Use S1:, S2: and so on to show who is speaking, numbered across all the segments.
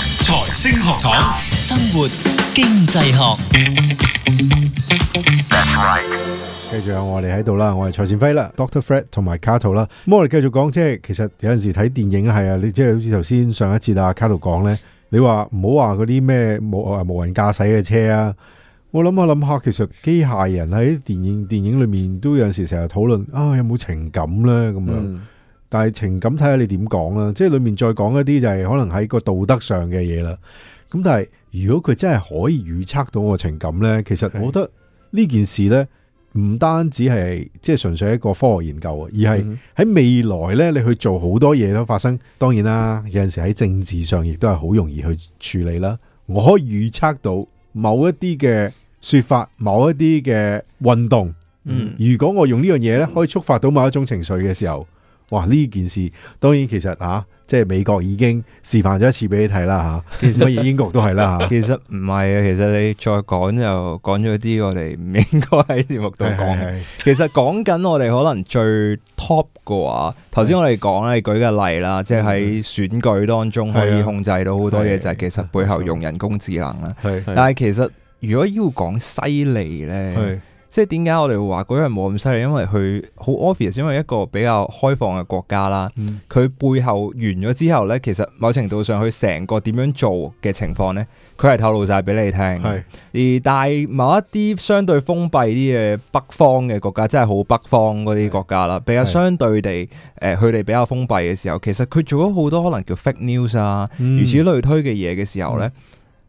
S1: 星學堂，
S2: 生活經濟學，
S3: 繼續有我哋喺度啦，我係蔡善輝啦，Doctor Fred 同埋卡圖啦。咁我哋繼續講，即係其實有陣時睇電影係啊，你即係好似頭先上一節啊卡圖講咧，你話唔好話嗰啲咩無啊無人駕駛嘅車啊。我諗下諗下，其實機械人喺電影電影裏面都有陣時成日討論啊，有冇情感咧咁樣。但係情感睇下你點講啦，即係裏面再講一啲就係可能喺個道德上嘅嘢啦。咁但係如果佢真係可以預測到我情感呢，其實我覺得呢件事呢，唔單止係即係純粹一個科學研究啊，而係喺未來呢，你去做好多嘢都發生。當然啦，有陣時喺政治上亦都係好容易去處理啦。我可以預測到某一啲嘅說法，某一啲嘅運動。
S2: 嗯，
S3: 如果我用呢樣嘢咧，可以觸發到某一種情緒嘅時候，哇！呢件事當然其實啊，即係美國已經示範咗一次俾你睇 啦吓，咁而英國都係啦吓。
S4: 其實唔係啊，其實你再講就講咗啲我哋唔應該喺節目度
S3: 係
S4: 講。
S3: 係係
S4: 其實講緊我哋可能最 top 嘅話，頭先我哋講咧，舉個例啦，即係喺選舉當中
S3: 嗯
S4: 可
S3: 係
S4: 以
S3: 啊
S4: 控制到好多
S3: 係
S4: 嘢，就係其實背後用人工智能啦。
S3: 係
S4: 但係其實如果要講犀利咧，
S3: 係
S4: 即係點解我哋會話嗰樣冇咁犀利？因為佢好 obvious，因為一個比較開放嘅國家啦。
S3: 嗯
S4: 佢背後完咗之後呢，其實某程度上佢成個點樣做嘅情況呢，佢係透露晒俾你聽。
S3: 係
S4: 而但係某一啲相對封閉啲嘅北方嘅國家，真係好北方嗰啲國家啦，比較
S3: 係
S4: 相對地，誒佢哋比較封閉嘅時候，其實佢做咗好多可能叫 fake news 啊，
S3: 嗯
S4: 如此類推嘅嘢嘅時候呢，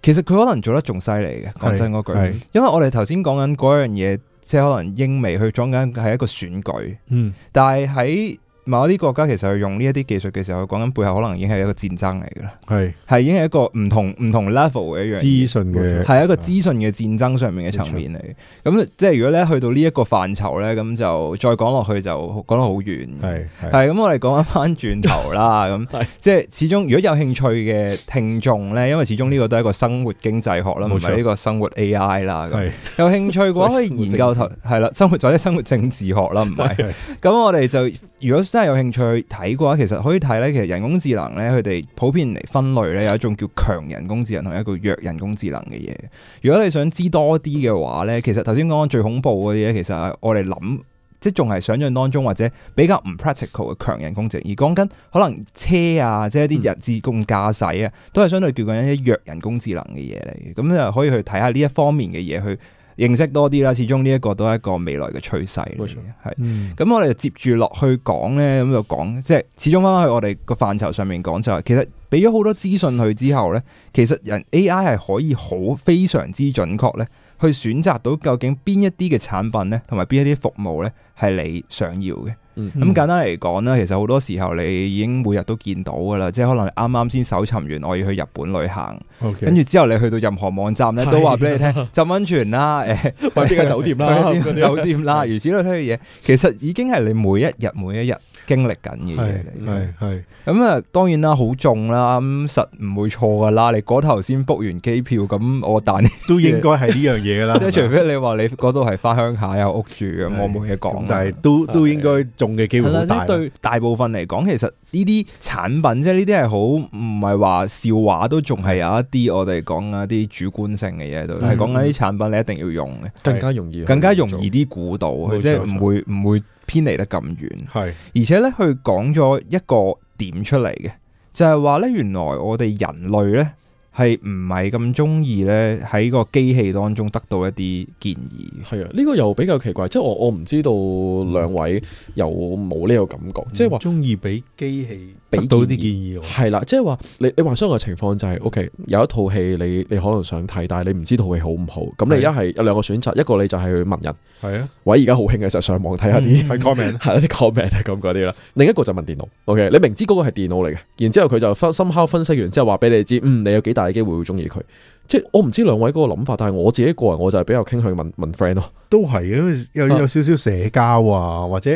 S4: 其實佢可能做得仲犀利嘅。講真嗰句，
S3: 係
S4: 因為我哋頭先講緊嗰樣嘢，即係可能英美去講緊係一個選舉。
S3: 嗯
S4: 但係喺某一啲國家，其實佢用呢一啲技術嘅時候，佢講緊背後可能已經係一個戰爭嚟嘅啦，
S3: 係
S4: 係已經係一個唔同唔同 level 嘅一樣嘢
S3: 資訊嘅
S4: 係一個資訊嘅戰爭上面嘅層面嚟嘅。咁即係如果咧去到呢一個範疇咧，咁就再講落去就講得好遠。
S3: 係係
S4: 係咁，我哋講翻轉頭啦，咁
S2: 係
S4: 即係始終如果有興趣嘅聽眾咧，因為始終呢個都係一個生活經濟學啦，唔
S3: 冇錯
S4: 係呢個生活 AI 啦。咁
S3: 係
S4: 有興趣嘅 話，可以研究頭係啦，生活或者生活政治學啦，唔 係。咁我哋就如果真係有興趣去睇嘅話，其實可以睇咧。其實人工智能咧，佢哋普遍嚟分類咧，有一種叫強人工智能同一個弱人工智能嘅嘢。如果你想知多啲嘅話咧，其實頭先講最恐怖嗰啲咧，其實係我哋諗。即係仲係想像當中，或者比較唔 practical 嘅強人工智能，而講緊可能車啊，即係一啲人自動駕駛啊，都係相對叫緊一啲弱人工智能嘅嘢嚟嘅。咁就可以去睇下呢一方面嘅嘢，去認識多啲啦。始終呢一個都係一個未來嘅趨勢嚟
S2: 冇
S4: 嘅
S2: 錯，
S4: 係。
S3: 嗯
S4: 咁我哋就接住落去講呢，咁就講即係始終翻返去我哋個範疇上面講就係，其實俾咗好多資訊佢之後呢，其實人 AI 係可以好非常之準確呢，去選擇到究竟邊一啲嘅產品呢，同埋邊一啲服務呢，係你想要嘅。
S2: 嗯
S4: 咁簡單嚟講啦，其實好多時候你已經每日都見到噶啦，即係可能你啱啱先搜尋完我要去日本旅行，
S3: OK
S4: 跟住之後你去到任何網站呢，都話俾你聽浸温泉啦，誒。
S2: 揾邊間酒店啦，
S4: 去邊個酒店啦，如此類推嘅嘢，其實已經係你每一日每一日經歷緊嘅嘢
S3: 係
S4: 嚟嘅。
S3: 係係
S4: 咁啊，當然啦，好重啦，咁實唔會錯噶啦。你嗰頭先 book 完機票，咁我但即
S3: 都應該係呢樣嘢 啦。
S4: 係除非你話你嗰度係翻鄉下有屋住咁，
S3: 係
S4: 我冇嘢講
S3: 咁
S4: 啦。
S3: 但係都都應該中嘅機會
S4: 係
S3: 好
S4: 啦，即
S3: 大啊
S4: 係
S3: 啦。
S4: 對大部分嚟講，其實呢啲產品即係呢啲係好唔係話笑話，都仲係有一啲我哋講緊一啲主觀性嘅嘢喺度，
S3: 嗯
S4: 係講緊啲產品你一定要用嘅。
S2: 更加容易，啊
S4: 更加容易啲估到，
S3: 冇
S4: 佢即係
S3: 錯
S4: 唔會唔會偏離得咁遠。
S3: 係
S4: 而且咧，佢講咗一個點出嚟嘅，就係話咧，原來我哋人類咧係唔係咁中意咧喺個機器當中得到一啲建議。
S2: 係啊，呢個又比較奇怪，即係我我唔知道兩位有冇呢個感
S3: 嗯
S2: 覺，即係話
S3: 中意俾機器
S2: 俾
S3: 得到啲建
S2: 建
S3: 議我。
S2: 係啦，即係話你你幻想個情況就係 OK，有一套戲你你可能想睇，但係你唔知套戲好唔好，咁你一係有兩個選擇，一個你就係去問人，
S3: 係啊，
S2: 或者而家好興嘅就係上網睇下啲。
S3: 睇 comment
S2: 係啦，啲 comment 係咁嗰啲啦。另一個就問電腦，OK，你明知嗰個係電腦嚟嘅，然之後佢就分深刻分析完之後話俾你知，嗯，你有幾大嘅機會會中意佢。即係我唔知兩位嗰個諗法，但係我自己個人我就係比較傾向問問 friend 咯。
S3: 都係嘅，因為有
S2: 啊
S3: 有少少社交啊，或者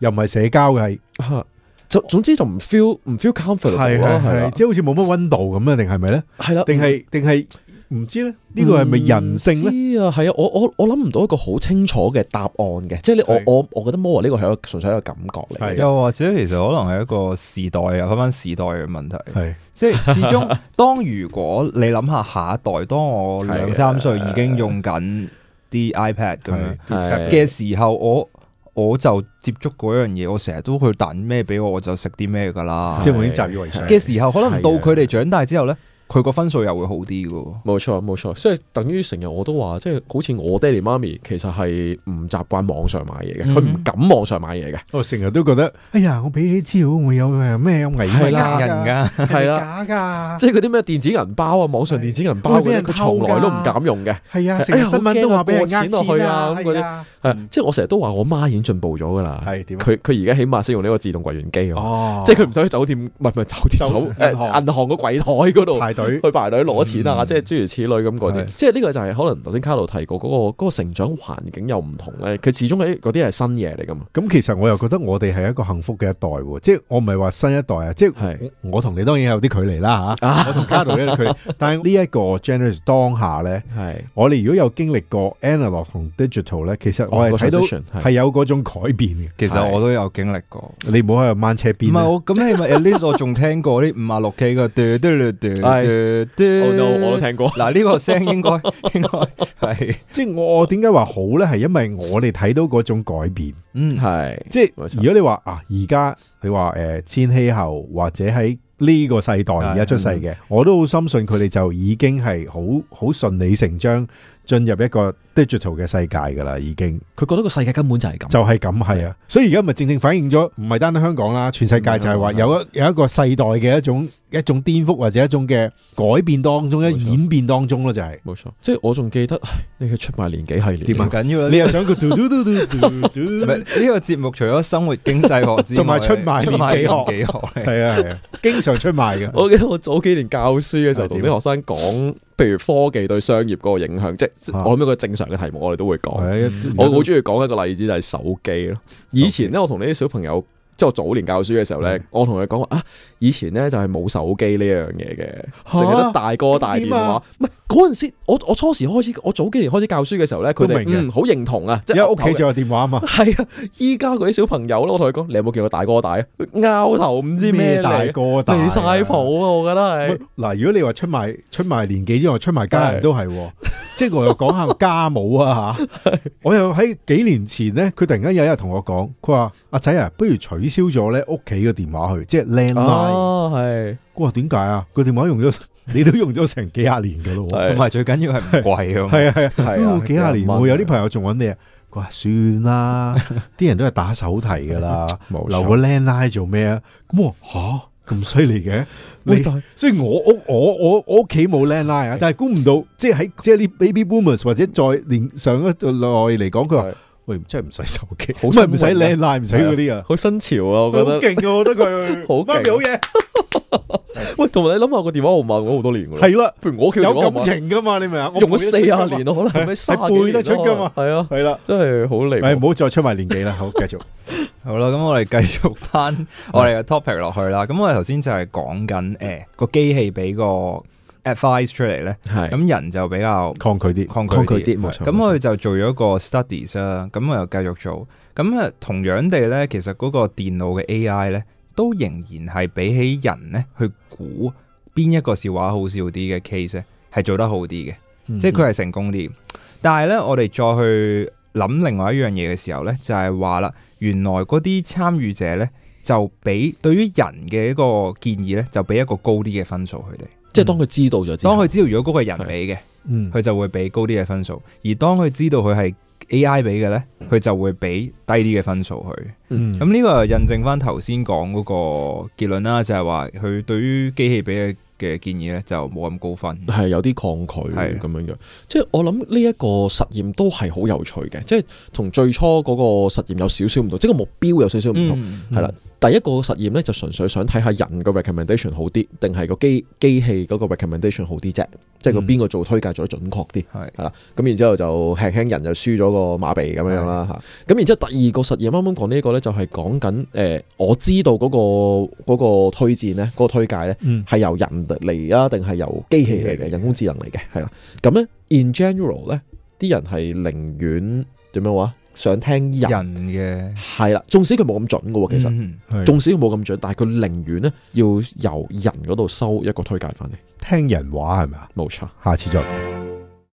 S3: 又唔係社交嘅係。
S2: 啊就總之就唔 feel 唔 feel comfortable
S3: 哦
S2: 啊
S3: 係
S2: 咯，係
S3: 係
S2: 啦
S3: 係，即係好似冇乜温度咁啊？定係咪咧？
S2: 係啦，
S3: 定係定係唔知咧，呢個係咪人性咧？
S2: 咧？啊，係啊，我我我諗唔到一個好清楚嘅答案嘅，即係你
S3: 係
S2: 我我我覺得 Moa 呢個係一個純粹一個感覺嚟嘅
S3: 係啊
S2: 啫。
S4: 又或者其實可能係一個時代啊，翻翻時代嘅問題，
S3: 係
S4: 即係始終當如果你諗下下一代，當我兩三歲已經用緊啲 iPad 咁樣
S3: 係
S2: 係啊
S4: 嘅時候，我我就接觸嗰樣嘢，我成日都去彈咩俾我，我就食啲咩噶啦。
S3: 即係我已經習以為常
S4: 嘅時候，可能到
S2: 係啊
S4: 佢哋長大之後咧，佢個分數又會好啲嘅。
S2: 冇錯冇錯，所以等於成日我都話，即係好似我爹哋媽咪其實係唔習慣網上買嘢嘅，佢唔
S4: 嗯
S2: 敢網上買嘢 嘅，
S3: 我成日都覺得，哎呀，我俾你啲資料會有誒咩危
S2: 係
S3: 險
S2: 啦
S3: 假
S4: 人
S3: 㗎，
S4: 噶，
S2: 係啊啦。
S3: 假㗎。啊
S2: 即係嗰啲咩電子銀包啊，網上電子銀包嗰
S3: 會俾
S2: 啲，
S3: 人
S2: 佢從
S3: 偷㗎
S2: 來都唔敢用嘅。
S3: 係啊，
S2: 哎呀
S3: 成日新聞都話俾人呃
S2: 好驚啊過
S3: 錢
S2: 錢
S3: 啊，
S2: 落去啊咁嗰啲
S3: 係啊，
S2: 係啊
S4: 嗯，
S2: 即係我成日都話我媽已經進步咗㗎啦。
S3: 係點啊？
S2: 佢佢而家起碼識用呢個自動櫃員機啊嘛，
S3: 哦，
S2: 即係佢唔使去酒店，唔係唔係酒店
S3: 酒
S2: 酒誒
S3: 銀行
S2: 銀行個櫃台嗰度。
S3: 排隊
S2: 去排隊攞錢啊，
S4: 嗯
S2: 即係諸如此類咁嗰啲
S3: 係，
S2: 即係呢個就係可能頭先卡路提過嗰、個嗰個成長環境又唔同咧，佢始終係嗰啲係新嘢嚟噶嘛，
S3: 咁其實我又覺得我哋係一個幸福嘅一代喎，即係我唔係話新一代啊，即係
S2: 係
S3: 我我同你當然有啲距離啦吓，
S2: 啊
S3: 我同卡度有啲距離， 但係呢一個 generation 當下咧，
S2: 係
S3: 我哋如果有經歷過 analog 同 digital 咧，其實我係睇
S2: 哦個
S3: 到
S2: transition，係
S3: 係有嗰種改變嘅。
S4: 其實我都有經歷過。唔
S3: 你唔好喺度掹車邊啊
S4: 係
S3: 啦，
S4: 我咁，你咪 at least 我仲聽過啲五啊六 K 嘅嘟嘟嘟嘟
S2: 係
S4: 嘟嘟。
S2: Oh no，我都聽過，
S4: 嗱呢個聲應該應該係
S3: 即係我我點解話好咧？係因為我哋睇到嗰種改變。
S4: 嗯
S2: 係
S3: 即係
S2: 冇錯
S3: 如果你話啊，而家你話誒、呃千禧後或者喺呢個世代而家出世
S2: 嗯
S3: 嘅，我都好深信佢哋就已經係好好順理成章進入一個 digital 嘅世界㗎啦，已經
S2: 佢覺得個世界根本就係咁，
S3: 就係咁係
S2: 嗯
S3: 啊，所以而家咪正正反映咗唔係單單香港啦，全世界就係話
S2: 嗯
S3: 有一有一個世代嘅一種一種顛覆或者一種嘅改變當中，
S2: 冇
S3: 一
S2: 錯
S3: 演變當中咯，就係。
S2: 冇錯，即係我仲記得唉呢個出賣年紀系列
S3: 點
S4: 唔
S3: 啊
S4: 緊要啦。
S3: 你
S4: 呢
S3: 又想佢嘟 嘟嘟嘟嘟嘟
S4: 唔係呢個節目除咗生活經濟學之外，
S3: 同埋出賣年紀學
S4: 年紀學
S3: 係啊係啊，經常出賣嘅。
S2: 我記得我早幾年教書嘅時候，
S3: 係
S2: 同
S3: 點
S2: 啲學生講，譬如科技對商業嗰個影響，即係
S3: 啊
S2: 我諗一個正常嘅題目，我哋都會講。
S3: 係啊
S2: 我好中意講一個例子就係手機咯。以前咧，我同呢啲小朋友，即係我早年教書嘅時候咧
S3: 係，
S2: 我同佢講話啊，以前咧就係冇手機呢樣嘢嘅，
S3: 嚇
S2: 淨係得大哥大電
S3: 點啊
S2: 話。唔係嗰陣時，我我初時開始，我早幾年開始教書嘅時候咧，佢
S3: 都
S2: 哋
S3: 明嘅
S2: 嗯好認同啊，即
S3: 因為
S2: 係
S3: 屋企仲有電話啊嘛，
S2: 係啊，依家嗰啲小朋友咯，我同佢講，你有冇見過大哥大啊？拗頭唔知咩嚟
S3: 大
S2: 嘅
S3: 哥大
S2: 離晒譜啊！我覺得係
S3: 喂嗱，如果你話出賣出賣年紀之外，出賣家人都 係喎，即係我又講下家母啊吓，我又喺幾年前咧，佢突然間有一日同我講，佢話阿仔啊，不如取消咗咧屋企嘅電話去，即係 landline。
S2: 哦，係
S3: 佢話點解啊？個電話用咗 你都用咗成幾廿年噶咯喎，
S4: 同埋最緊要係唔貴啊嘛。
S3: 係啊係啊，
S2: 係
S3: 都
S2: 啊，
S3: 幾廿年喎，有啲
S2: 友
S3: 朋友仲揾你啊。佢話算啦，啲人都係打手提噶 啦。
S2: 冇
S3: 留個靚拉做咩啊？咁我吓咁犀利嘅，
S2: 喂
S3: 你
S2: 但係
S3: 雖然我屋我我我屋企冇靚拉啊，但係估唔到，即係喺即係啲 baby boomers 或者再年上一代嚟講，佢
S2: 係
S3: 話喂真係唔使手機，
S2: 好
S3: 唔係唔
S2: 新
S3: 使
S2: 穎啊
S3: 靚拉，唔使嗰啲啊，
S2: 好新潮啊，我
S3: 佢
S2: 覺得。
S3: 好勁啊！
S2: 好勁啊
S3: 我覺得佢媽咪好嘢，
S2: 喂，同埋你諗下個電話號碼我好多年噶啦，
S3: 係啦，
S2: 譬如我屋企嘅電
S3: 有
S2: 話號碼
S3: 感情噶嘛？你明唔明啊？我
S2: 用咗
S3: 背得
S2: 四
S3: 出㗎
S2: 廿
S3: 嘛
S2: 年，咯，可能咩卅
S3: 係背得出㗎嘛
S2: 係啊，
S3: 係啦，
S2: 真係好離
S3: 誒
S2: 譜。
S3: 唔好再出埋年紀啦，好繼續，
S4: 好啦，咁我哋繼續翻我哋嘅 topic 落去啦。咁我哋頭先就係講緊誒個機器俾個 advice 出嚟咧，
S2: 係
S4: 咁人就比較
S3: 抗拒啲，
S4: 抗拒
S2: 抗拒
S4: 啲。
S2: 啲冇錯。
S4: 咁我哋就做咗一個 studies 啦，咁我又繼續做。咁啊，同樣地咧，其實嗰個電腦嘅 AI 咧，都仍然係比起人咧去估邊一個笑話好笑啲嘅 case 咧，係做得好啲嘅。
S2: 嗯
S4: 即係佢係成功啲。但係咧，我哋再去諗另外一樣嘢嘅時候咧，就係話啦，原來嗰啲參與者咧就俾對於人嘅一個建議咧，就俾一個高啲嘅分數佢哋。
S2: 即係當佢知道咗之
S4: 當
S2: 後，
S4: 佢知道如果嗰個係人俾嘅，
S3: 嗯
S4: 佢就會俾高啲嘅分數；而當佢知道佢係 AI 俾嘅咧，佢就會俾低啲嘅分數佢。
S3: 嗯
S4: 咁呢個印證翻頭先講嗰個結論啦，就係話佢對於機器俾嘅嘅建議咧就冇咁高分。
S2: 係有啲抗拒
S4: 係
S2: 咁樣樣。即係我諗呢一個實驗都係好有趣嘅，即係同最初嗰個實驗有少少唔同，即係個目標有少少唔同。
S4: 嗯
S2: 係啦，第一個實驗咧就純粹想睇下人個 recommendation 好啲，定係個機機器嗰個 recommendation 好啲啫，即係個
S4: 嗯
S2: 邊個做推介做得準確啲。
S4: 係
S2: 係啦，咁然之後就輕輕人就輸咗個馬鼻咁樣樣啦嚇。咁然之後第二個實驗啱啱講呢個咧，就係講緊誒，我知道嗰、個嗰、個推薦咧，嗰、個推介咧
S3: 嗯
S2: 係由人嚟啊，定係由機器嚟
S4: 機器嚟
S2: 嘅
S4: 嘅
S2: 人工智能嚟嘅，係啦。咁咧 in general 咧，啲人係寧願點樣話想聽人
S4: 人嘅，
S2: 係啦，縱使佢冇咁準嘅喎，其實。
S4: 嗯
S3: 係
S2: 縱使佢冇咁準，但係佢寧願咧要由人嗰度收一個推介翻嚟，
S3: 聽人話係咪啊？
S2: 冇錯。
S3: 下次再講。